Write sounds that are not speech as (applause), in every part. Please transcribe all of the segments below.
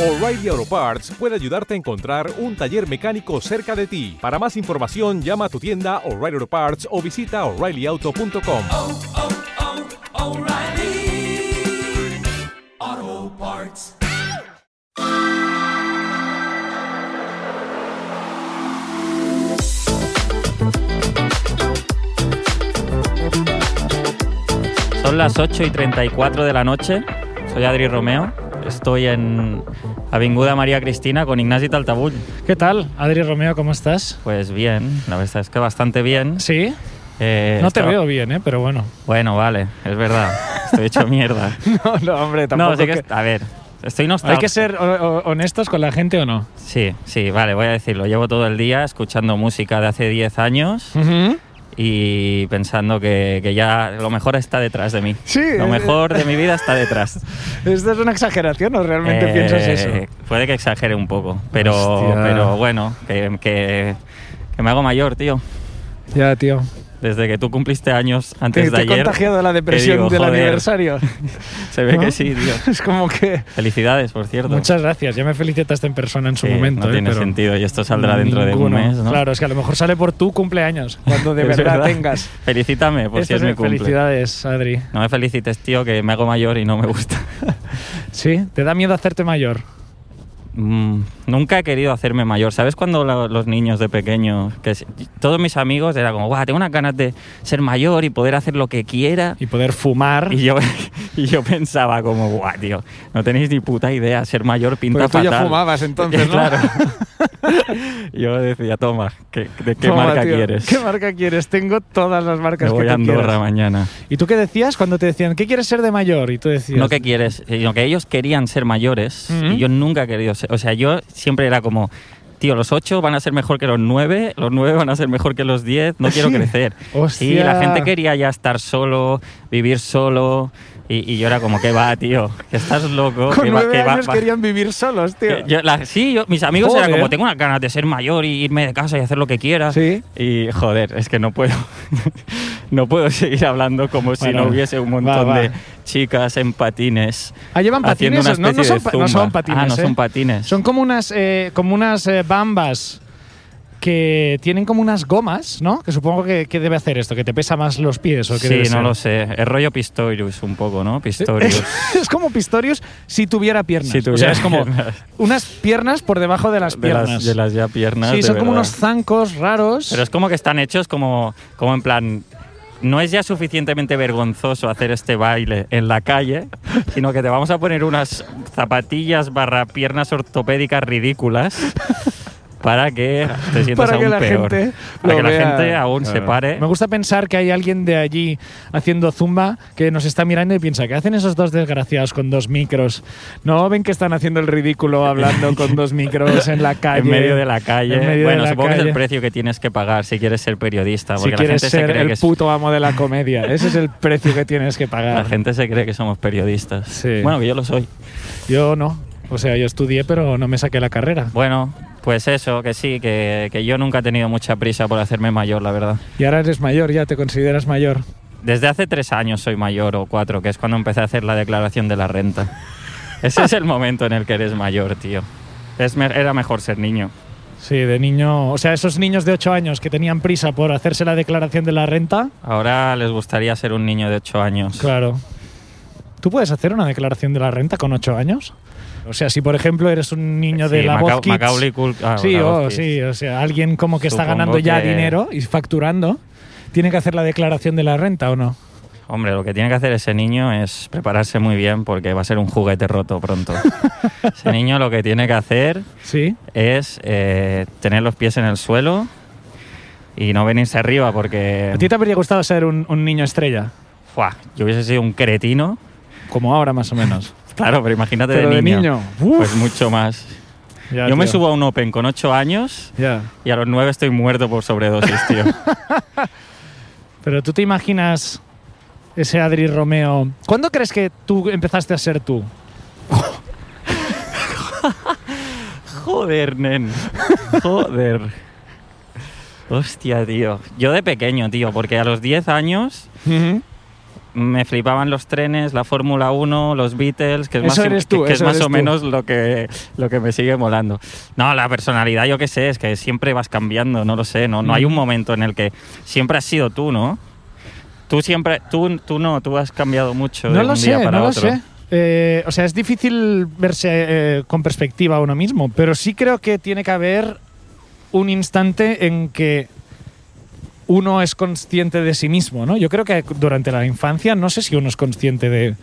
O'Reilly Auto Parts puede ayudarte a encontrar un taller mecánico cerca de ti. Para más información, llama a tu tienda O'Reilly Auto Parts o visita oreillyauto.com. oh, oh, O'Reilly Auto Parts. Son las 8 y 34 de la noche. Soy Adri Romeo. Estoy en Avinguda María Cristina con Ignasi Taltabull. ¿Qué tal, Adri Romeo? ¿Cómo estás? Pues bien, la verdad es que bastante bien. Sí. Eh, No te estaba- veo bien, ¿eh? Pero bueno. Bueno, vale, es verdad. Estoy (laughs) hecho mierda. No, no, hombre, (laughs) no, sí que, Ah. A ver, estoy nostálgico. Hay que ser o- o- honestos con la gente o no. Sí, sí, vale, voy a decirlo. Llevo todo el día escuchando música de hace 10 años y pensando que, que ya lo mejor está detrás de mí. Sí, Lo es- mejor de mi vida está detrás. ¿Esto es una exageración o realmente Eh, piensas eso? Puede que exagere un poco, pero, Hostia. pero bueno, que, que- que me hago mayor, tío. Ya, tío. Desde que tú cumpliste años Te, antes te de he ayer. contagiado de la te depresión digo, del "Joder". aniversario. Se ve (laughs) ¿no? que sí, tío. (laughs) es como que. Felicidades, por cierto. Muchas gracias, ya me felicitaste en persona en su Sí, momento. No ¿eh? tiene Pero sentido y esto saldrá dentro ninguno. de un mes, ¿no? Claro, es que a lo mejor sale por tu cumpleaños, cuando de (laughs) Es verdad, verdad. tengas. Felicítame, por si Esto es mi cumple. Felicidades, Adri. No me felicites, tío, que me hago mayor y no me gusta. Sí, te da miedo hacerte mayor. Mm, nunca he querido hacerme mayor. ¿Sabes cuando la- los niños de pequeños, que si- todos mis amigos era como, guau, tengo unas ganas de ser mayor y poder hacer lo que quiera? Y poder fumar. Y yo, (laughs) y yo pensaba como, guau, tío, no tenéis ni puta idea, ser mayor pinta Porque tú ya fatal". (laughs) Eh, fumabas entonces, ¿no? (laughs) Claro. yo decía, toma, ¿qué- ¿de qué Toma, marca tío. quieres? ¿Qué marca quieres? Tengo todas las Me marcas voy que a tú Andorra quieras. mañana. ¿Y tú qué decías cuando te decían, ¿qué quieres ser de mayor? Y tú decías, No que quieres, sino que ellos querían ser mayores Ujú. y yo nunca he querido ser. O sea, yo siempre era como, tío, los 8 van a ser mejor que los 9, los 9 van a ser mejor que los 10, no (laughs) quiero Sí. crecer. Sí, Hostia. la gente quería ya estar solo, vivir solo y, y yo era como, ¿qué va, tío? Que estás loco. Con que va- nueve que va- años va- querían vivir solos, tío. Eh, yo- la- sí, yo- mis amigos eran Joder. como, tengo unas ganas de ser mayor y irme de casa y hacer lo que quiera. Sí. Y joder, es que no puedo. (laughs) no puedo seguir hablando como si Bueno, no hubiese un va, montón va. de chicas en patines. Ah, llevan haciendo patines, una no, no, especie son de pa- no zumba. son patines. Ah, no ¿eh? son patines. Son como unas, eh, como unas eh, bambas que tienen como unas gomas, ¿no? Que supongo que, que debe hacer esto, que te pesa más los pies o qué Sí, debe no ser. lo sé. Es rollo Pistorius un poco, ¿no? Pistorius. (laughs) Es, es como Pistorius si tuviera piernas. Si o sea, tuviera es como piernas. unas piernas por debajo de las de, piernas. las, de las ya piernas. sí, de son como verdad. unos zancos raros. Pero es como que están hechos como, como en plan. No es ya suficientemente vergonzoso hacer este baile en la calle, sino que te vamos a poner unas zapatillas barra piernas ortopédicas ridículas para que te sientas Para que aún la peor. gente para lo que la vea. gente aún se pare. Me gusta pensar que hay alguien de allí haciendo zumba que nos está mirando y piensa, ¿qué hacen esos dos desgraciados con dos micros? ¿No ven que están haciendo el ridículo hablando (laughs) con dos micros en la calle? En medio de la calle. En medio bueno, de la supongo que es calle. el precio que tienes que pagar si quieres ser periodista. Si Porque la quieres gente se ser cree que el es- puto amo de la comedia, ese es el precio que tienes (laughs) que La pagar. gente se cree que somos periodistas. Sí. Bueno, que yo lo soy. Yo no. O sea, yo estudié, pero no me saqué la carrera. Bueno, pues eso, que sí, que, que yo nunca he tenido mucha prisa por hacerme mayor, la verdad. Y ahora eres mayor, ya te consideras mayor. Desde hace tres años soy mayor o cuatro, que es cuando empecé a hacer la declaración de la (laughs) renta. Ese es el momento en el que eres mayor, tío. Es me- era mejor ser niño. Sí, de niño. O sea, esos niños de 8 años que tenían prisa por hacerse la declaración de la renta, Ahora les gustaría ser un niño de ocho años. Claro. ¿Tú puedes hacer una declaración de la renta con ocho años? O sea, si por ejemplo eres un niño de Sí, la Maca- voz Kids, Macaulay Culkin- ah, sí, la Voz o, Kids. sí, o sea, alguien como que está Supongo ganando ya que- dinero y facturando, tiene que hacer la declaración de la renta o no. Hombre, lo que tiene que hacer ese niño es prepararse muy bien porque va a ser un juguete roto (laughs) pronto. ese niño lo que tiene que hacer Sí. es eh, tener los pies en el suelo y no venirse arriba porque ¿A ti te habría gustado ser un, un niño estrella? ¡Fua! yo hubiese sido un cretino. Como ahora más o menos. Claro, pero imagínate Pero de de niño. niño, uf. pues mucho más. Ya, yo me tío. subo a un Open con 8 años Ya. y a los 9 estoy muerto por sobredosis, (laughs) tío. Pero tú te imaginas ese Adri Romeo. ¿Cuándo crees que tú empezaste a ser tú? Joder, nen. Joder. (laughs) Hostia, tío. Yo de pequeño, tío, porque a los 10 años me flipaban los trenes, la Fórmula 1, los Beatles, que es Eso más, eres que- tú, que es eso más eres o tú. menos lo que, lo que me sigue molando. No, la personalidad yo qué sé, es que siempre vas cambiando, no lo sé, no, no hay Mm. un momento en el que siempre has sido tú, ¿no? Tú siempre, tú, tú no, tú has cambiado mucho de No un lo día sé, para no lo otro. sé. Eh, o sea, es difícil verse eh, con perspectiva a uno mismo, pero sí creo que tiene que haber un instante en que uno es consciente de sí mismo, ¿no? Yo creo que durante la infancia no sé si uno es consciente de,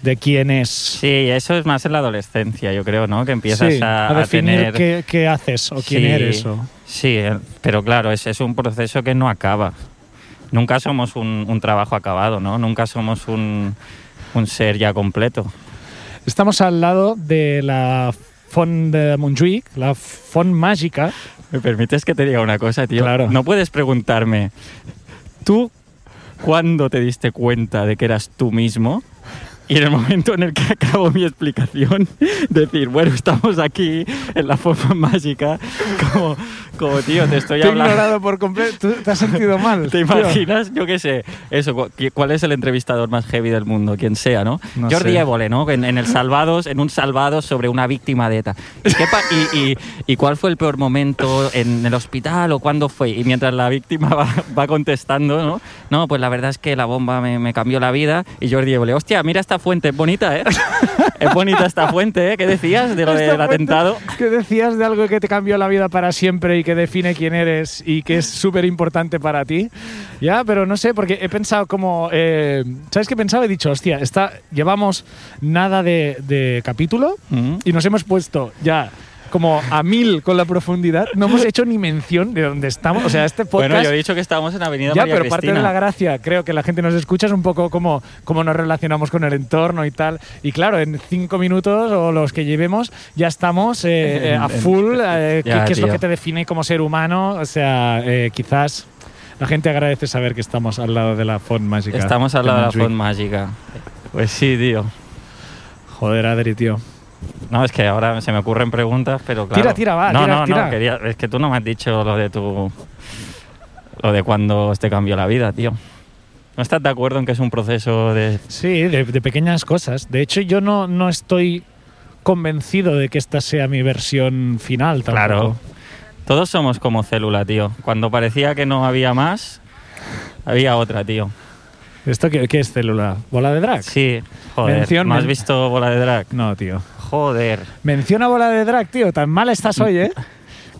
de quién es. Sí, eso es más en la adolescencia, yo creo, ¿no? Que empiezas Sí, a, a definir tener... qué, qué haces o quién Sí, eres. o- Sí, eh, pero claro, es, es un proceso que no acaba. Nunca somos un, un trabajo acabado, ¿no? Nunca somos un, un ser ya completo. Estamos al lado de la Font de Montjuic, la Font Mágica. ¿Me permites que te diga una cosa, tío? Claro. No puedes preguntarme, ¿tú cuándo te diste cuenta de que eras tú mismo? Y en el momento en el que (laughs) acabo mi explicación, decir, bueno, estamos aquí en la forma (laughs) mágica, como, como tío, te estoy Te he hablando. ignorado por completo. ¿Tú ¿Te has sentido (laughs) (laughs) mal? ¿Te tío? imaginas? Yo qué sé. Eso, cu- qui- ¿cuál es el entrevistador más heavy del mundo? Quien sea, ¿no? No Jordi sé. Évole, ¿no? En, en el Salvados, en un Salvados sobre una víctima de ETA. ¿Y, qué pa- y- y- y cuál fue el peor momento en el hospital o cuándo fue? Y mientras la víctima va, va contestando, ¿no? No, pues la verdad es que la bomba me, me cambió la vida. Y Jordi Évole, hostia, mira esta fuente, es bonita, ¿eh? es bonita esta fuente, ¿eh? ¿Qué decías de lo (laughs) Esta del fuente atentado? Que decías de algo que te cambió la vida para siempre y que define quién eres y que es súper importante para ti. Ya, pero no sé, porque he pensado como. eh, ¿Sabes qué pensaba? He dicho, hostia, está, llevamos nada de, de capítulo Mm. y nos hemos puesto ya. Como a mil con la profundidad, no hemos hecho ni mención de dónde estamos. O sea, este podcast. Bueno, yo he dicho que estábamos en Avenida Ya, María pero parte Cristina. de la gracia, creo que la gente nos escucha es un poco como cómo nos relacionamos con el entorno y tal. Y claro, en cinco minutos o los que llevemos ya estamos eh, eh, a En- en- full. eh, Ya, ¿Qué, qué es lo tío. que te define como ser humano? O sea, eh, quizás la gente agradece saber que estamos al lado de la font mágica. Estamos al lado de la Montjuic. font mágica. Pues sí, tío. Joder, Adri, tío. No, es que ahora se me ocurren preguntas, pero claro. Tira, tira, va, No, tira, no, tira. no, quería- es que tú no me has dicho lo de tu... Lo de cuando te cambió la vida, tío. ¿No estás de acuerdo en que es un proceso de... Sí, de, de pequeñas cosas. De hecho, yo no, no estoy convencido de que esta sea mi versión final. tampoco. Claro. Todos somos como célula, tío. Cuando parecía que no había más, había otra, tío. ¿Esto qué, qué es célula? ¿Bola de drag? Sí, joder. Mención, ¿No has men- visto Bola de Drag? No, tío. Joder. Menciona bola de drag, tío. Tan mal estás hoy, ¿eh?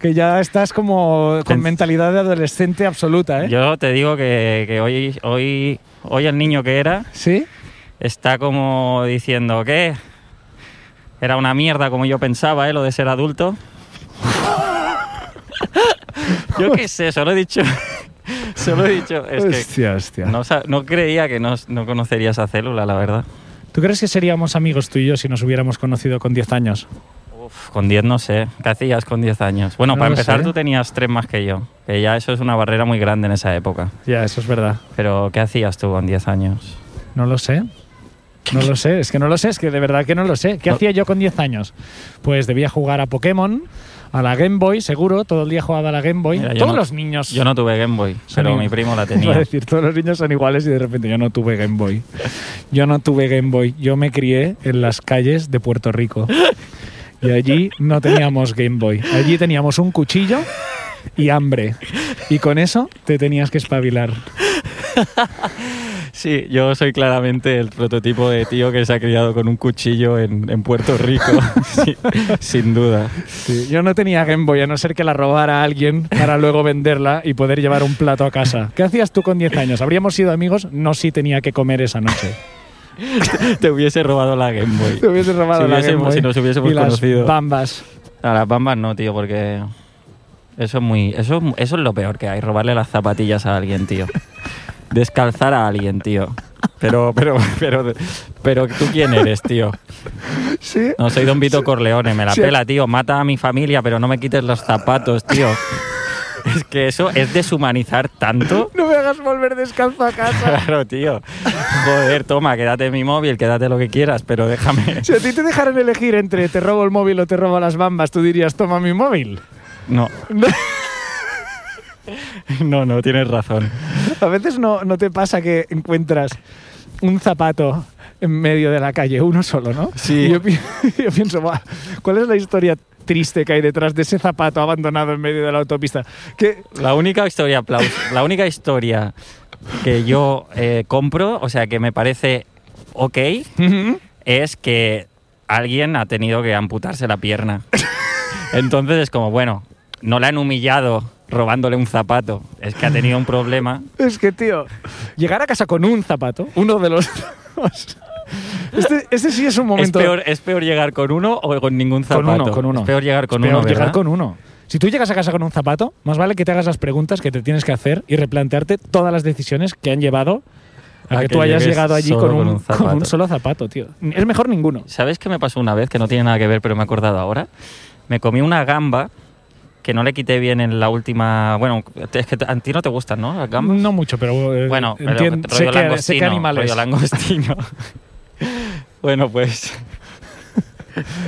Que ya estás como con Ten- mentalidad de adolescente absoluta, ¿eh? Yo te digo que, que hoy, hoy, hoy el niño que era ¿Sí? está como diciendo que era una mierda como yo pensaba, ¿eh? Lo de ser adulto. (laughs) yo qué sé, solo he dicho. (laughs) solo he dicho. Es hostia, que hostia. no, sa- no creía que no, no conocería esa célula, la verdad. ¿Tú crees que seríamos amigos tú y yo si nos hubiéramos conocido con 10 años? Uf, con 10 no sé. ¿Qué hacías con 10 años? Bueno, No para lo empezar sé. tú tenías 3 más que yo. Que ya eso es una barrera muy grande en esa época. Ya, eso es verdad. Pero ¿qué hacías tú con 10 años? No lo sé. No lo sé, es que no lo sé, es que de verdad que no lo sé. ¿Qué No. hacía yo con 10 años? Pues debía jugar a Pokémon, a la Game Boy, seguro, todo el día jugaba a la Game Boy. Mira, yo todos no- los niños. Yo no tuve Game Boy, Son pero igual. mi primo la (laughs) Iba a tenía. decir, todos los niños son iguales y de repente yo no tuve Game Boy. Yo no tuve Game Boy. Yo me crié en las calles de Puerto Rico. Y allí no teníamos Game Boy. Allí teníamos un cuchillo y hambre. Y con eso te tenías que espabilar. Sí, yo soy claramente el prototipo de tío que se ha criado con un cuchillo en, en Puerto Rico, (laughs) Sí, sin duda. Sí, Yo no tenía Game Boy a no ser que la robara a alguien para luego venderla y poder llevar un plato a casa. ¿Qué hacías tú con 10 años? ¿Habríamos sido amigos? No si tenía que comer esa noche. Te hubiese robado la Game Boy. Te hubieses robado Si la Game hubiésemos- Boy si nos hubiésemos y las conocido. bambas. A las bambas no, tío, porque eso es muy, eso, es mu- eso es lo peor que hay, robarle las zapatillas a alguien, tío. Descalzar a alguien, tío. Pero, pero, pero, pero tú quién eres, tío. Sí, No soy Don Vito Corleone, me la Sí. pela, tío. Mata a mi familia, pero no me quites los zapatos, tío. Es que eso es deshumanizar tanto. No me hagas volver descalzo a casa. Claro, tío. Joder, toma, quédate mi móvil, quédate lo que quieras, pero déjame. (laughs) Si a ti te dejaran elegir entre te robo el móvil o te robo las bambas, tú dirías toma mi móvil. (laughs) No. No, no, tienes razón. A veces no, no te pasa que encuentras un zapato en medio de la calle, uno solo, ¿no? Sí. Y Yo, pi- (laughs) yo pienso, "Buah, ¿cuál es la historia triste que hay detrás de ese zapato abandonado en medio de la autopista? Que La única historia, aplaus- la única historia que yo eh, compro, o sea, que me parece ok, ujú, es que alguien ha tenido que amputarse la (laughs) pierna. Entonces es como, bueno, no la han humillado robándole un zapato, es que ha tenido un problema. es que, tío, llegar a casa con un zapato, uno de los dos. (laughs) Este, este sí es un Es momento. peor, es peor llegar con uno o con ningún Con zapato. uno, con uno. Es peor llegar con Es peor uno. llegar ¿verdad? con uno. Si tú llegas a casa con un zapato, más vale que te hagas las preguntas que te tienes que hacer y replantearte todas las decisiones que han llevado A a, que, que tú hayas llegues llegado allí solo con con un, un zapato. (laughs) con un solo zapato, tío. Es mejor ninguno. ¿Sabes qué me pasó una vez que no tiene nada que ver, pero me he acordado ahora? Me comí una gamba que no le quité bien en la última. Bueno, es que a ti no te gustan, ¿no? Las gambas. No mucho, pero eh, Bueno, pero entien- rollo sé, que, sé langostino, que animal rollo es. langostino. (laughs) bueno, pues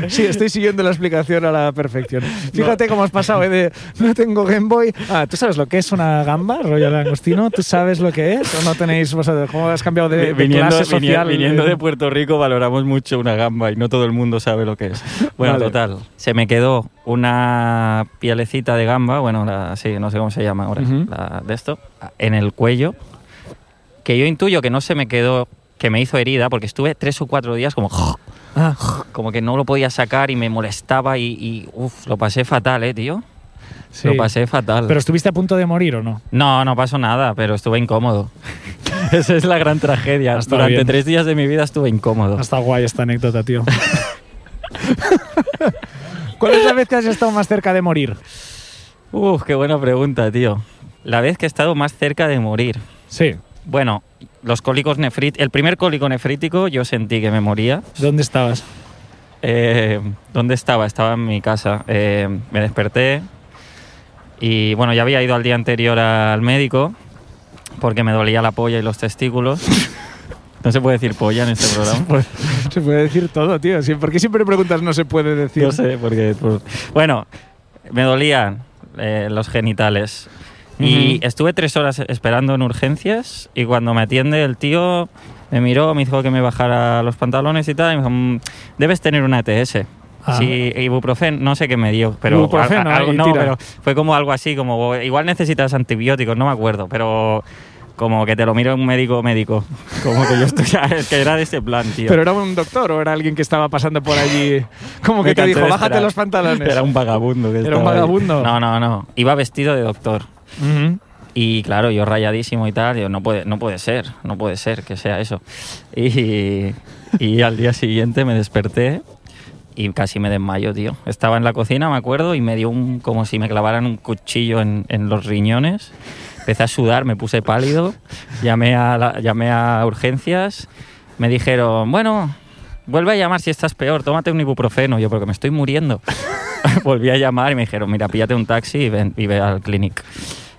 Sí, estoy siguiendo la explicación a la perfección. (laughs) Fíjate cómo has pasado ¿eh? de no tengo Game Boy. Ah, ¿tú sabes lo que es una gamba, rollo langostino? ¿Tú sabes lo que es? ¿O no tenéis vosotros? ¿Cómo has cambiado de, de viniendo, clase vini- social? eh. viniendo de Puerto Rico valoramos mucho una gamba y no todo el mundo sabe lo que (laughs) es. Bueno, Vale. total, se me quedó una pielecita de gamba, bueno, la, sí, no sé cómo se llama ahora, Ujú. la de esto, en el cuello, que yo intuyo que no se me quedó, que me hizo herida, porque estuve tres o cuatro días como... (laughs) Ah, como que no lo podía sacar y me molestaba y, y uf, lo pasé fatal, eh, tío. sí. Lo pasé fatal. ¿Pero estuviste a punto de morir o no? No, no pasó nada, pero estuve incómodo. (laughs) Esa es la gran tragedia. Está Durante bien. tres días de mi vida estuve incómodo. Está guay esta anécdota, (laughs) tío. ¿Cuál es la vez que has estado más cerca de morir? Uf, qué buena pregunta, tío. La vez que he estado más cerca de morir. Sí. Bueno, los cólicos nefríticos. El primer cólico nefrítico yo sentí que me moría. ¿Dónde estabas? Eh, ¿Dónde estaba? Estaba en mi casa. Eh, me desperté y bueno, ya había ido al día anterior al médico porque me dolía la polla y los testículos. (laughs) No se puede decir polla en este programa. Pues, Se puede decir todo, tío. Sí, ¿Por qué siempre preguntas no se puede (laughs) decir? No sé, porque... por- Bueno, me dolían eh, los genitales. Y Ujú. estuve tres horas esperando en urgencias y cuando me atiende el tío me miró, me dijo que me bajara los pantalones y tal, y me dijo, "Mm, debes tener una ETS. Ah. Sí, ibuprofen, no sé qué me dio, pero Ibuprofeno, algo- ahí, no, tira. pero fue como algo así, como igual necesitas antibióticos, no me acuerdo, pero como que te lo mira un médico médico, como que yo estoy, (laughs) es que era de ese plan, tío. ¿Pero era un doctor o era alguien que estaba pasando por (laughs) allí? Como Me que te cansé dijo, de bájate esperar". los pantalones. Era un vagabundo. que Era un estaba ahí. vagabundo. No, no, no. Iba vestido de doctor. Ujú. Y claro, yo rayadísimo y tal, yo, no puede, no puede ser, no puede ser que sea eso. Y, y al día siguiente me desperté y casi me desmayo, tío. Estaba en la cocina, me acuerdo, y me dio un, como si me clavaran un cuchillo en, en los riñones. Empecé a sudar, me puse pálido, llamé a, la- llamé a urgencias, me dijeron, bueno, vuelve a llamar si estás peor, tómate un ibuprofeno. Yo, porque me estoy muriendo. (laughs) Volví a llamar y me dijeron, mira, píllate un taxi y ven, y ve al clinic.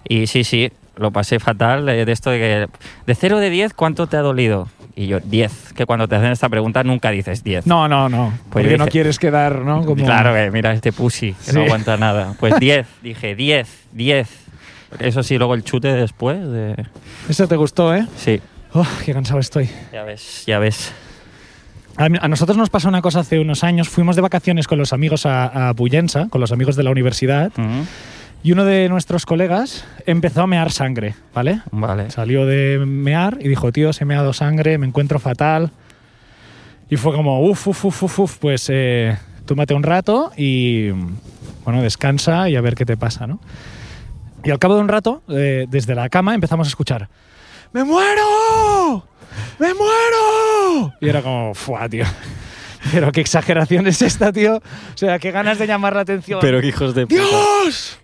Y sí, sí, lo pasé fatal eh, de esto de que... De 0 de 10, ¿cuánto te ha dolido? Y yo, 10. Que cuando te hacen esta pregunta nunca dices 10. No, no, no. porque yo no dije- quieres quedar, ¿no? Como- Claro que, mira, este pussy, que Sí. no aguanta nada. (laughs) Pues 10, dije, 10, 10. Eso sí, luego el chute después de... Eso te gustó, ¿eh? Sí, Oh, qué cansado estoy. ya ves, ya ves. A mí- a nosotros nos pasó una cosa hace unos años. Fuimos de vacaciones con los amigos a, a Bullensa, con los amigos de la universidad, Ujú, y uno de nuestros colegas empezó a mear sangre, ¿vale? Vale. Salió de mear y dijo, tío, se me ha dado sangre, me encuentro fatal. Y fue como, uff, uff, uff, uff, uff, pues eh, túmate un rato y, bueno, descansa y a ver qué te pasa, ¿no? Y al cabo de un rato, eh, desde la cama empezamos a escuchar, ¡Me muero! ¡Me muero! Y era como, fuá, tío. (laughs) Pero qué exageración es esta, tío. O sea, qué ganas de llamar la atención. Pero que hijos de puta. ¡Dios!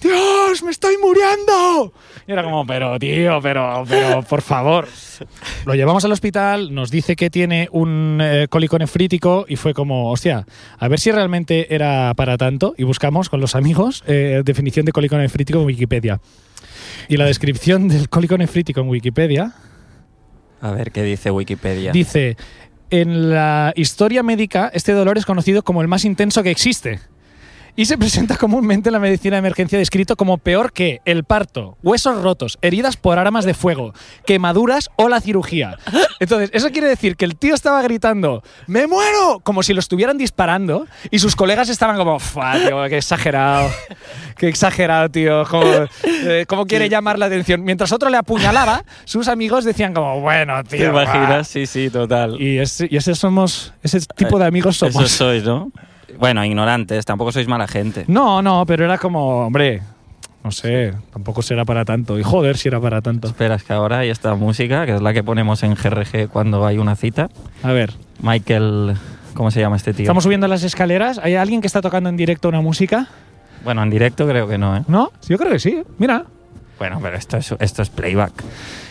¡Dios! ¡Me estoy muriendo! Y era como, pero tío, pero, pero, por favor. (laughs) Lo llevamos al hospital, nos dice que tiene un eh, cólico nefrítico y fue como, hostia, a ver si realmente era para tanto. Y buscamos con los amigos eh, definición de cólico nefrítico en Wikipedia. Y la descripción del cólico nefrítico en Wikipedia A ver qué dice Wikipedia. Dice, en la historia médica, este dolor es conocido como el más intenso que existe. y se presenta comúnmente en la medicina de emergencia descrito como peor que el parto, huesos rotos, heridas por armas de fuego, quemaduras o la cirugía. Entonces, eso quiere decir que el tío estaba gritando, ¡me muero! como si lo estuvieran disparando y sus colegas estaban como, ¡fua, tío, qué exagerado! ¡Qué exagerado, tío! ¿Cómo, eh, cómo quiere llamar la atención? Mientras otro le apuñalaba, sus amigos decían como, bueno, tío. ¿Te va". imaginas? Sí, sí, total. Y ese, y ese somos, ese tipo de amigos somos. Eso sois, ¿no? Bueno, ignorantes, tampoco sois mala gente. (laughs) No, no, pero era como, hombre, no sé, tampoco será para tanto. Y joder, si era para tanto. Esperas que ahora hay esta música, que es la que ponemos en GRG cuando hay una cita. A ver, Michael, ¿cómo se llama este tío? estamos subiendo las escaleras. ¿Hay alguien que está tocando en directo una música? Bueno, en directo creo que no, ¿eh? ¿No? Yo creo que sí. Mira, Bueno, pero esto es, esto es playback.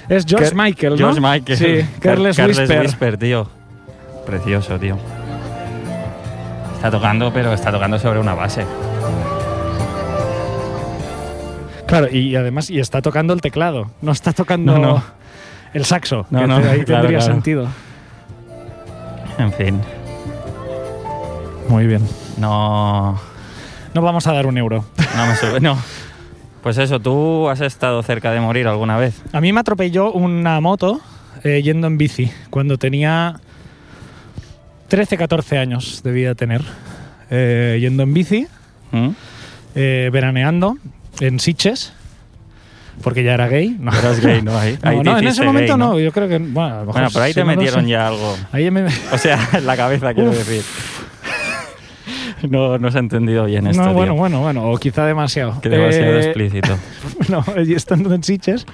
es George Car- Michael, ¿no? George Michael. Sí, Car- Carles Carles Whisper. Whisper, tío. Precioso, tío. Está tocando, pero está tocando sobre una base. Claro, y además, y está tocando el teclado. No está tocando No, no. el saxo. No, que no, te- ahí (laughs) claro, tendría claro. sentido. En fin, Muy bien. no, No vamos a dar un euro. no me sube. No. Pues eso, ¿tú has estado cerca de morir alguna vez? A mí me atropelló una moto eh, yendo en bici cuando tenía 13, 14 años, debía tener. Eh, yendo en bici, ¿Mm? eh, veraneando en Siches, porque ya era gay. No, Eras gay, ¿no? Ahí, ahí (laughs) No, te no, en hiciste ese momento gay, no. yo creo que. Bueno, a lo mejor Bueno, pero ahí sí, te no lo metieron sé. ya algo. Ahí me- O sea, (laughs) en la cabeza, quiero Uf. decir. No, no se ha entendido bien esto. (laughs) no, tío. bueno, bueno, bueno, o quizá demasiado. Que demasiado Eh, explícito. (laughs) No, y estando en Siches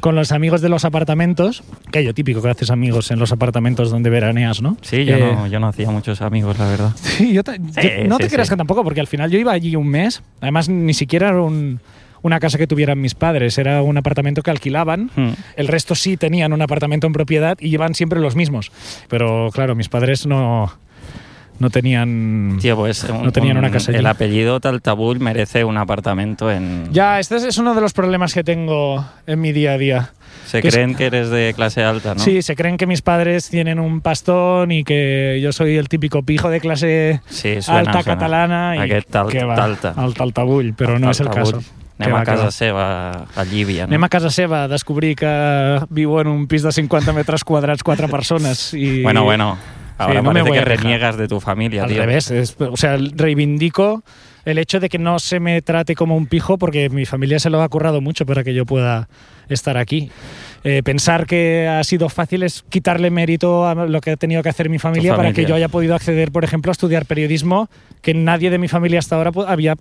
con los amigos de los apartamentos, que yo típico que haces amigos en los apartamentos donde veraneas, ¿no? Sí, yo, Eh, no, yo no hacía muchos amigos, la verdad. Sí, yo ta- yo- no sí, te creas sí. que tampoco, porque al final yo iba allí un mes. Además, ni siquiera era un- una casa que tuvieran mis padres, era un apartamento que alquilaban. Hmm. El resto sí tenían un apartamento en propiedad y iban siempre los mismos. Pero claro, mis padres no, no tenían... Tío, pues un- tenían un- una casa allí. El apellido Taltabull merece un apartamento en... Ya, este es- es uno de los problemas que tengo en mi día a día. Se que es- creen que eres de clase alta, ¿no? Sí, se creen que mis padres tienen un pastón y que yo soy el típico pijo de clase Sí, suena, alta suena. catalana y Aquest tal- que va talta. al taltabull, però no és el cas. Taltabull. Que Anem va, a que va. casa seva, a Llívia, no? Anem a casa seva a descobrir que viu en un pis de 50 metres quadrats quatre persones i... Bueno, bueno. Ahora no me parece voy que a quejar. reniegas de tu familia, Al tío. revés, es- o sea, reivindico el hecho de que no se me trate como un pijo porque mi familia se lo ha currado mucho para que yo pueda estar aquí. Eh, pensar que ha sido fácil es quitarle mérito a lo que ha tenido que hacer mi familia, para familia. que yo haya podido acceder, por ejemplo, a estudiar periodismo, que nadie de mi familia hasta ahora pu- había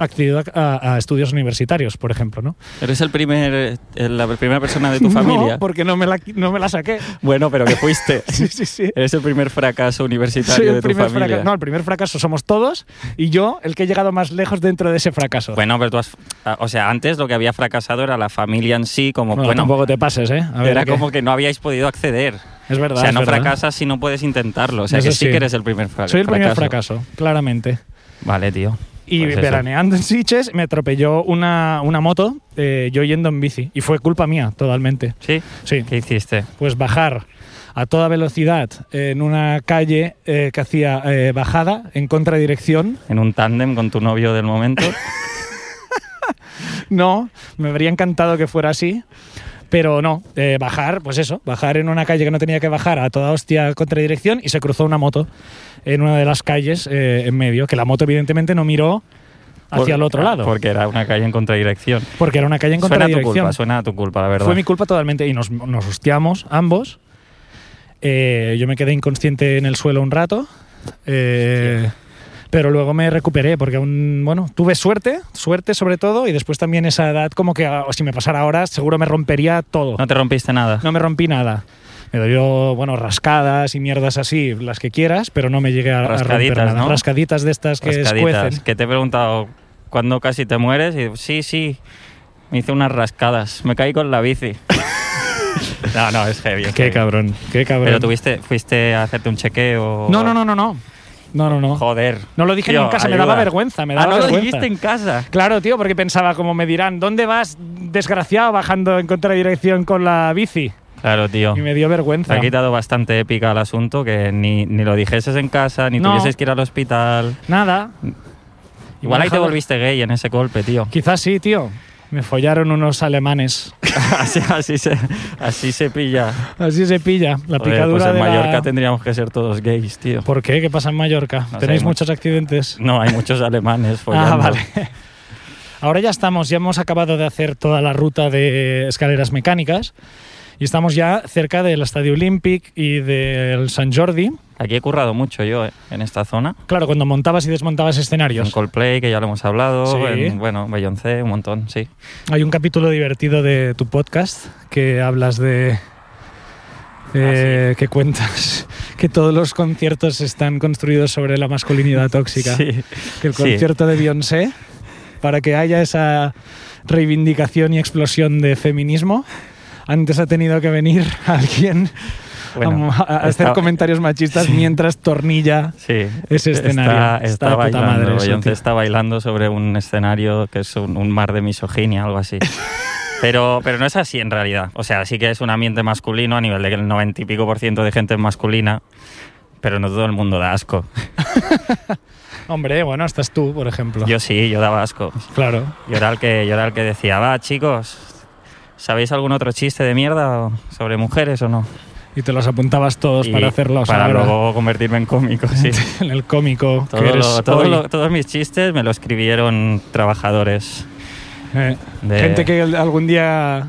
accedido a, a estudios universitarios, por ejemplo, ¿no? Eres el primer, eh, la primera persona de tu familia. (laughs) No, porque no me la, no me la saqué. Bueno, pero que fuiste. (laughs) Sí, sí, sí. Eres el primer fracaso universitario Soy de el tu primer familia. fracaso. No, el primer fracaso somos todos y yo el que he llegado más lejos dentro de ese fracaso. Bueno, pero tú has. ah, O sea, antes lo que había fracasado era la familia en sí, como. Bueno, Bueno, tampoco te pases, ¿eh? A ver, era ¿a qué? como que no habíais podido acceder. Es verdad. o sea, es no verdad. fracasas si no puedes intentarlo. O sea, Eso que sí, sí. que eres el primer fracaso. Soy el primer fracaso, claramente. Vale, tío. Y Pues eso. veraneando en Siches me atropelló una, una moto, eh, yo yendo en bici. Y fue culpa mía, totalmente. ¿Sí? Sí. ¿Qué hiciste? Pues bajar a toda velocidad en una calle eh, que hacía eh, bajada en contradirección. ¿En un tándem con tu novio del momento? No, me habría encantado que fuera así. Pero no, eh, bajar, pues eso, bajar en una calle que no tenía que bajar a toda hostia contradirección y se cruzó una moto en una de las calles eh, en medio, que la moto evidentemente no miró (laughs) hacia Por- el otro lado, Porque era una calle en contradirección. porque era una calle en Suena a tu contradirección. culpa, suena a tu culpa, la verdad. Fue mi culpa totalmente y nos, nos hostiamos ambos. Eh, yo me quedé inconsciente en el suelo un rato, eh, pero luego me recuperé porque aún, bueno, tuve suerte, suerte sobre todo, y después también esa edad como que ah, si me pasara ahora seguro me rompería todo. No te rompiste nada. No me rompí nada. Me dolió, bueno, rascadas y mierdas así, las que quieras, pero no me llegué a, a romper Rascaditas, nada. ¿no? Rascaditas de estas que Rascaditas, escuecen. que te he preguntado cuándo casi te mueres y sí, sí, me hice unas rascadas, me caí con la bici. (laughs) no, no, es heavy. es Qué heavy. cabrón, qué cabrón. Pero tuviste, fuiste a hacerte un chequeo. No, no, no, no, no. No, no, no. Joder. No lo dije ni Tío, en casa, me ayuda. daba vergüenza, me Ah, daba no lo vergüenza. dijiste en casa. Claro, tío, porque pensaba como me dirán, ¿dónde vas, desgraciado, bajando en contradirección con la bici? Claro, tío. Y me dio Te vergüenza. ha quitado bastante épica el asunto que ni, ni lo dijeses en casa, ni No. tuvieses que ir al hospital. Nada. Igual ahí te Manejador. volviste gay en ese golpe, (laughs) tío. (laughs) Quizás sí, tío. Me follaron unos alemanes. (laughs) así, así, se, así se pilla. Así se pilla. La Joder, picadura pues en de la- Pues- Mallorca tendríamos que ser todos gays, tío. ¿Por qué? ¿Qué pasa en Mallorca? No sé, ¿Tenéis hay muchos accidentes? No, hay muchos alemanes follando. (laughs) Ah, vale. Ahora ya estamos, ya hemos acabado de hacer toda la ruta de escaleras mecánicas y estamos ya cerca del Estadio Olympic y del San Jordi. Aquí he currado mucho yo eh, en esta zona. Claro, cuando montabas y desmontabas En escenarios. Coldplay, que ya lo hemos hablado. Sí. En, bueno, Beyoncé, un montón, sí. Hay un capítulo divertido de tu podcast que hablas de... eh, que cuentas (laughs) que todos los conciertos están construidos sobre la masculinidad tóxica. Sí. que el Sí. concierto de Beyoncé, para que haya esa reivindicación y explosión de feminismo, antes ha tenido que venir (laughs) alguien Bueno, a, a hacer estaba- comentarios machistas sí. mientras tornilla. Sí. Ese escenario. Está Está, de está puta bailando. madre eso, Beyoncé tío. está bailando sobre un escenario que es un, un mar de misoginia, algo (laughs) así. Pero, pero no es así en realidad. O sea, sí que es un ambiente masculino a nivel de que el 90 y pico por ciento de gente es masculina, pero no todo el mundo da asco. Hombre, bueno, estás tú, por ejemplo. Yo sí, yo daba asco. Claro. Yo era el que, yo era el que decía, va chicos, ¿sabéis algún otro chiste de mierda o- sobre mujeres o no? Y te los apuntabas todos Y para hacerlos Para ahora luego convertirme en cómico, sí. (laughs) en el cómico Todo que lo- eres todo hoy. lo- todos mis chistes me lo escribieron trabajadores. Eh, de- Gente que el- algún día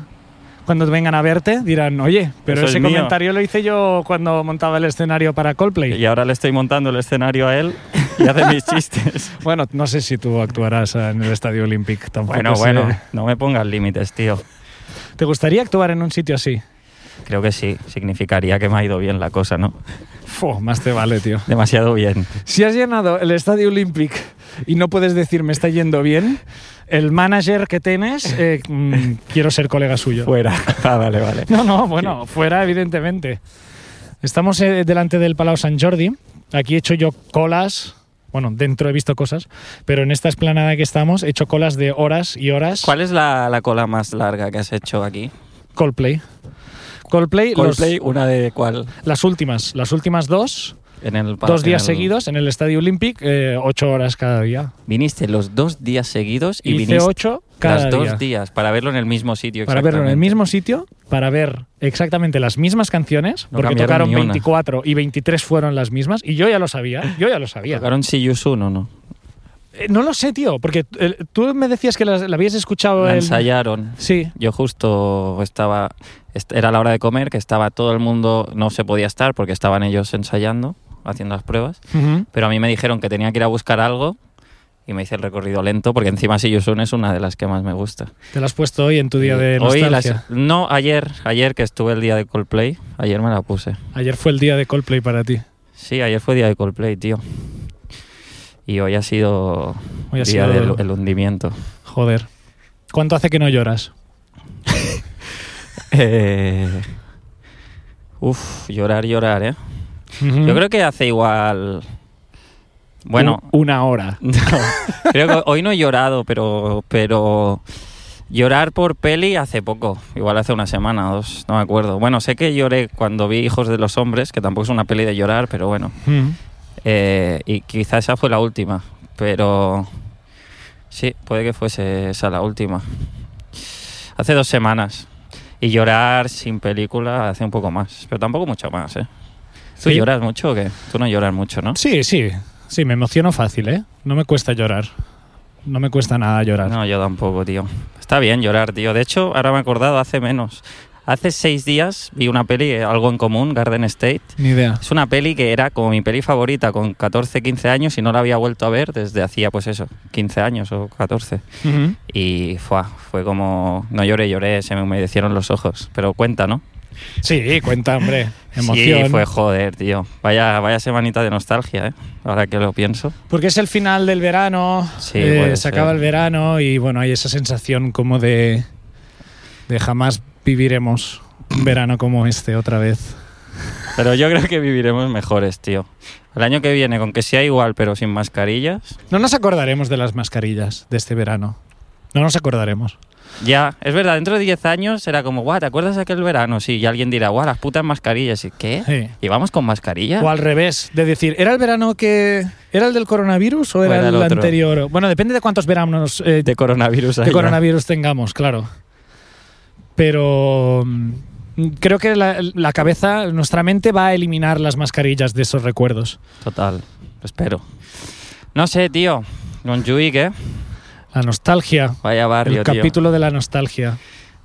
cuando vengan a verte dirán, oye, pero Eso es ese mío". comentario lo hice yo cuando montaba el escenario para Coldplay. Y ahora le estoy montando el escenario a él y hace mis chistes. Bueno, no sé si tú actuarás en el Estadio Olympic (laughs) tampoco. Bueno, sé. bueno, Pues, eh, no me pongas límites, tío. (laughs) ¿Te gustaría actuar en un sitio así? Creo que sí, significaría que me ha ido bien la cosa, ¿no? Fo, más te vale, tío. Demasiado bien. Si has llenado el Estadio Olympic y no puedes decir me está yendo bien, el manager que tienes, eh, mm, quiero ser colega suyo. Fuera. (laughs) Ah, vale, vale. No, no, bueno, fuera, evidentemente. Estamos eh, delante del Palau San Jordi. Aquí he hecho yo colas. Bueno, dentro he visto cosas, pero en esta esplanada que estamos he hecho colas de horas y horas. ¿Cuál es la, la cola más larga que has hecho aquí? Coldplay. Coldplay, los- Coldplay, una de cuál? las últimas, las últimas dos, En el pa- dos en días el- seguidos en el Estadio Olympic, eh, ocho horas cada día. Viniste los dos días seguidos y Hice viniste ocho cada las día. dos días para verlo en el mismo sitio. Para verlo en el exactamente. mismo sitio, para ver exactamente las mismas canciones, No porque cambiaron tocaron ni una. 24 y 23 fueron las mismas, y yo ya lo sabía, yo ya lo (laughs) sabía. Tocaron See You Soon, ¿o no? Eh, no lo sé, tío, porque eh, tú me decías que las- la, habías escuchado La en- ensayaron. Sí, Yo justo estaba, est- era la hora de comer, que estaba todo el mundo, no se podía estar porque estaban ellos ensayando, haciendo las pruebas, pero a mí me dijeron que tenía que ir a buscar algo y me hice el recorrido lento porque encima Si You Soon es una de las que más me gusta. te la has puesto hoy en tu día de Eh, Hoy nostalgia. las- no, ayer, ayer que estuve el día de Coldplay, ayer me la puse. Ayer fue el día de Coldplay para ti. Sí, ayer fue día de Coldplay, tío. Y hoy ha sido Hoy día ha del sido- el hundimiento. Joder. ¿Cuánto hace que no lloras? Eh, Uf, llorar, llorar, ¿eh? Mm. Yo creo que hace igual... Bueno, U- una hora. (laughs) no, creo que hoy no he llorado, pero, pero llorar por peli hace poco, igual hace una semana o dos, no me acuerdo. Bueno, sé que lloré cuando vi Hijos de los Hombres, que tampoco es una peli de llorar, pero bueno. Mm. Eh, y quizá esa fue la última, pero sí, puede que fuese esa la última. Hace dos semanas. Y llorar sin película hace un poco más, pero tampoco mucho más, ¿eh? ¿Tú Sí. lloras mucho o qué? Tú no lloras mucho, ¿no? Sí, sí. Sí, me emociono fácil, ¿eh? No me cuesta llorar. No me cuesta nada llorar. No, yo tampoco, tío. Está bien llorar, tío. De hecho, ahora me he acordado, hace menos. Hace seis días vi una peli, eh, algo en común, Garden State. Ni idea. Es una peli que era como mi peli favorita con 14, 15 años y no la había vuelto a ver desde hacía, pues eso, 15 años o 14. Ujú. Y fue, fue como. No lloré, lloré, se me humedecieron los ojos. Pero cuenta, ¿no? Sí, cuenta, hombre. Emoción. Sí, fue joder, tío. Vaya, vaya semanita de nostalgia, ¿eh? Ahora que lo pienso. Porque es el final del verano. Sí, eh, puede se ser. acaba el verano y bueno, hay esa sensación como de. de jamás viviremos un verano como este otra vez. Pero yo creo que viviremos mejores, tío. El año que viene, con que sea igual, pero sin mascarillas. No nos acordaremos de las mascarillas de este verano. No nos acordaremos. Ya, es verdad, dentro de 10 años será como, guau, ¿te acuerdas de aquel verano? Sí, y alguien dirá, guau, las putas mascarillas. ¿Y qué? Sí. ¿Llevamos con mascarilla? O al revés, de decir, ¿era el verano que. ¿Era el del coronavirus o era, era el el, otro? anterior? Bueno, depende de cuántos veranos eh, De coronavirus. de ahí, ¿no? coronavirus tengamos, claro. Pero mm, creo que la, la cabeza, nuestra mente va a eliminar las mascarillas de esos recuerdos. Total, espero. No sé, tío. Con Yui, ¿qué? La nostalgia. Vaya barrio, el tío. capítulo de la nostalgia.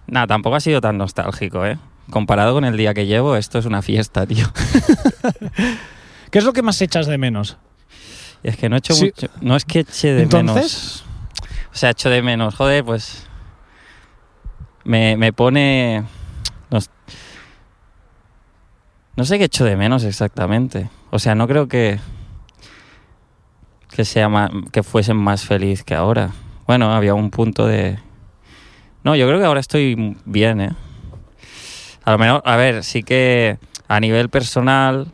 Nah, tampoco ha sido tan nostálgico, ¿eh? Comparado con el día que llevo, esto es una fiesta, tío. (laughs) ¿Qué es lo que más echas de menos? Es que no he hecho Sí. mucho. No es que eche de ¿Entonces? menos. O sea, echo de menos. Joder, pues. Me, me pone. nos- no sé qué echo de menos exactamente. O sea, no creo que. Que, sea ma- que fuesen más feliz que ahora. Bueno, había un punto de. No, yo creo que ahora estoy bien, ¿eh? A lo mejor, a ver, sí que a nivel personal,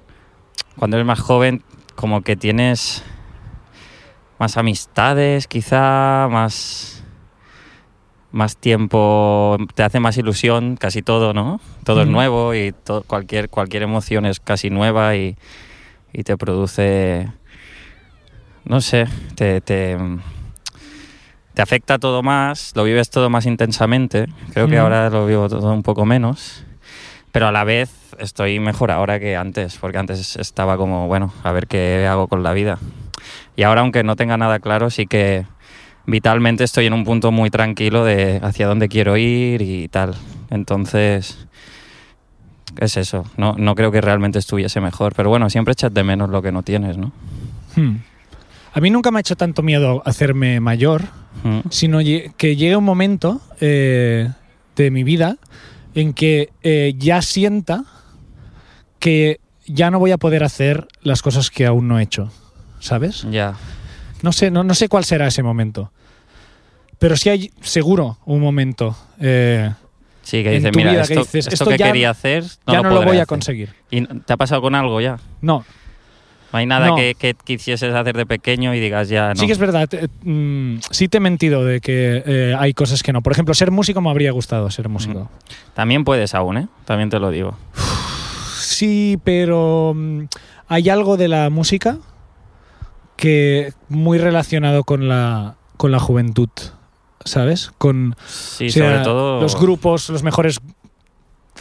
cuando eres más joven, como que tienes más amistades, quizá, más, más tiempo, te hace más ilusión casi todo, ¿no? Todo es Ujú. nuevo y to- cualquier, cualquier emoción es casi nueva y, y te produce, no sé, te, te, te afecta todo más, lo vives todo más intensamente. Creo que Ujú. ahora lo vivo todo un poco menos. Pero a la vez estoy mejor ahora que antes, porque antes estaba como, bueno, a ver qué hago con la vida. Y ahora, aunque no tenga nada claro, sí que vitalmente estoy en un punto muy tranquilo de hacia dónde quiero ir y tal. Entonces, es eso. No, no creo que realmente estuviese mejor. Pero bueno, siempre echas de menos lo que no tienes, ¿no? Hmm. A mí nunca me ha hecho tanto miedo hacerme mayor, Mm. sino lle- que llegue un momento eh, de mi vida en que eh, ya sienta que ya no voy a poder hacer las cosas que aún no he hecho, ¿sabes? Ya. No sé, no, no sé cuál será ese momento. Pero sí hay seguro un momento eh, Sí, que En dices, tu mira, vida que esto, dices, esto esto que ya- quería hacer, no ya lo, no lo podré voy a hacer". conseguir. ¿Y no- te ha pasado con algo ya? No, No hay nada No. que, que quisieses hacer de pequeño y digas ya Ah, no. Sí que es verdad, eh, mm, sí te he mentido de que eh, hay cosas que no. Por ejemplo, ser músico me habría gustado ser músico. También puedes aún, ¿eh? También te lo digo. Sí, pero mm, hay algo de la música que muy relacionado con la, con la juventud, ¿sabes? Con Sí, o sea, sobre todo. los grupos, los mejores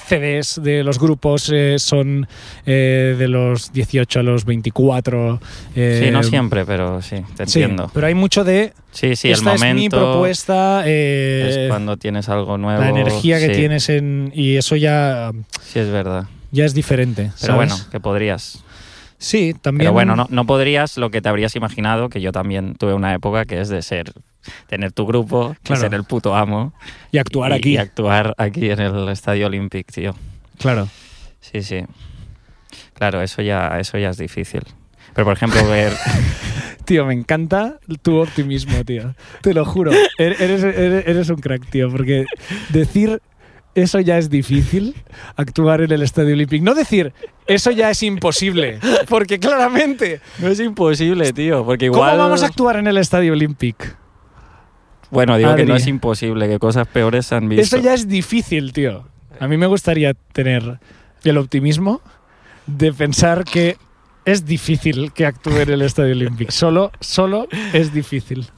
CDs de los grupos eh, son eh, de los 18 a los 24. eh, Sí, no siempre, pero sí, te sí, entiendo. pero hay mucho de... Sí, sí, el esta momento. es mi propuesta. eh, es cuando tienes algo nuevo. la energía que sí, tienes en y eso ya Sí, es verdad. ya es diferente Pero ¿sabes? bueno, que podrías. sí también Pero bueno, no, no podrías lo que te habrías imaginado, que yo también tuve una época que es de ser. Tener tu grupo, que Claro. ser el puto amo. y actuar y- aquí Y actuar aquí en el Estadio Olympic, tío. claro Sí, sí. Claro, eso ya, eso ya es difícil. Pero por ejemplo, (laughs) ver. (laughs) tío me encanta tu optimismo tío te lo juro Er- eres, eres- eres un crack tío porque decir eso ya es difícil actuar en el Estadio Olímpico no decir eso ya es imposible porque claramente no es imposible, tío. Porque cómo igual. vamos a actuar en el Estadio Olímpico Bueno, digo que no Adri. es imposible, que cosas peores se han visto. Eso ya es difícil, tío. A mí me gustaría tener el optimismo de pensar que es difícil que actúe en el Estadio Olímpico. Solo, solo es difícil.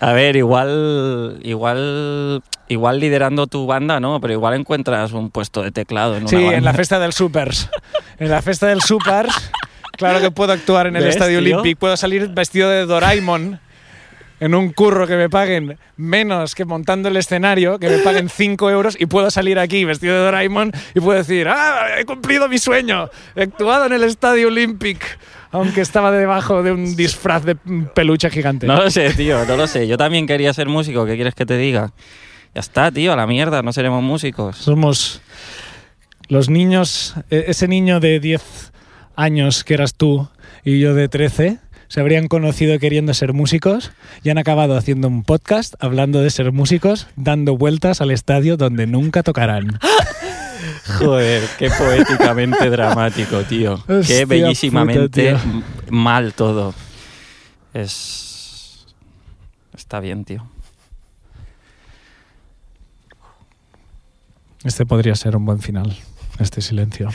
A ver, igual, igual, igual liderando tu banda, ¿no? Pero igual encuentras un puesto de teclado en Sí, una banda. en la fiesta del Supers. En la fiesta del Supers, claro que puedo actuar en el ¿Ves, Estadio tío? Olímpico. Puedo salir vestido de Doraemon en un curro que me paguen menos que montando el escenario, que me paguen 5 euros y puedo salir aquí vestido de Doraemon y puedo decir, ah, he cumplido mi sueño, he actuado en el Estadio Olímpico, aunque estaba debajo de un disfraz de peluche (laughs) gigante. No lo sé, tío, no lo sé. Yo también quería ser músico, ¿qué quieres que te diga? Ya está, tío, a la mierda, no seremos músicos. Somos los niños, e- ese niño de 10 años que eras tú y yo de 13, se habrían conocido queriendo ser músicos y han acabado haciendo un podcast hablando de ser músicos, dando vueltas al estadio donde nunca tocarán. Joder, qué poéticamente dramático, tío. qué Hostia bellísimamente puta, tío. m- mal todo. Es. Está bien, tío. Este podría ser un buen final, este silencio.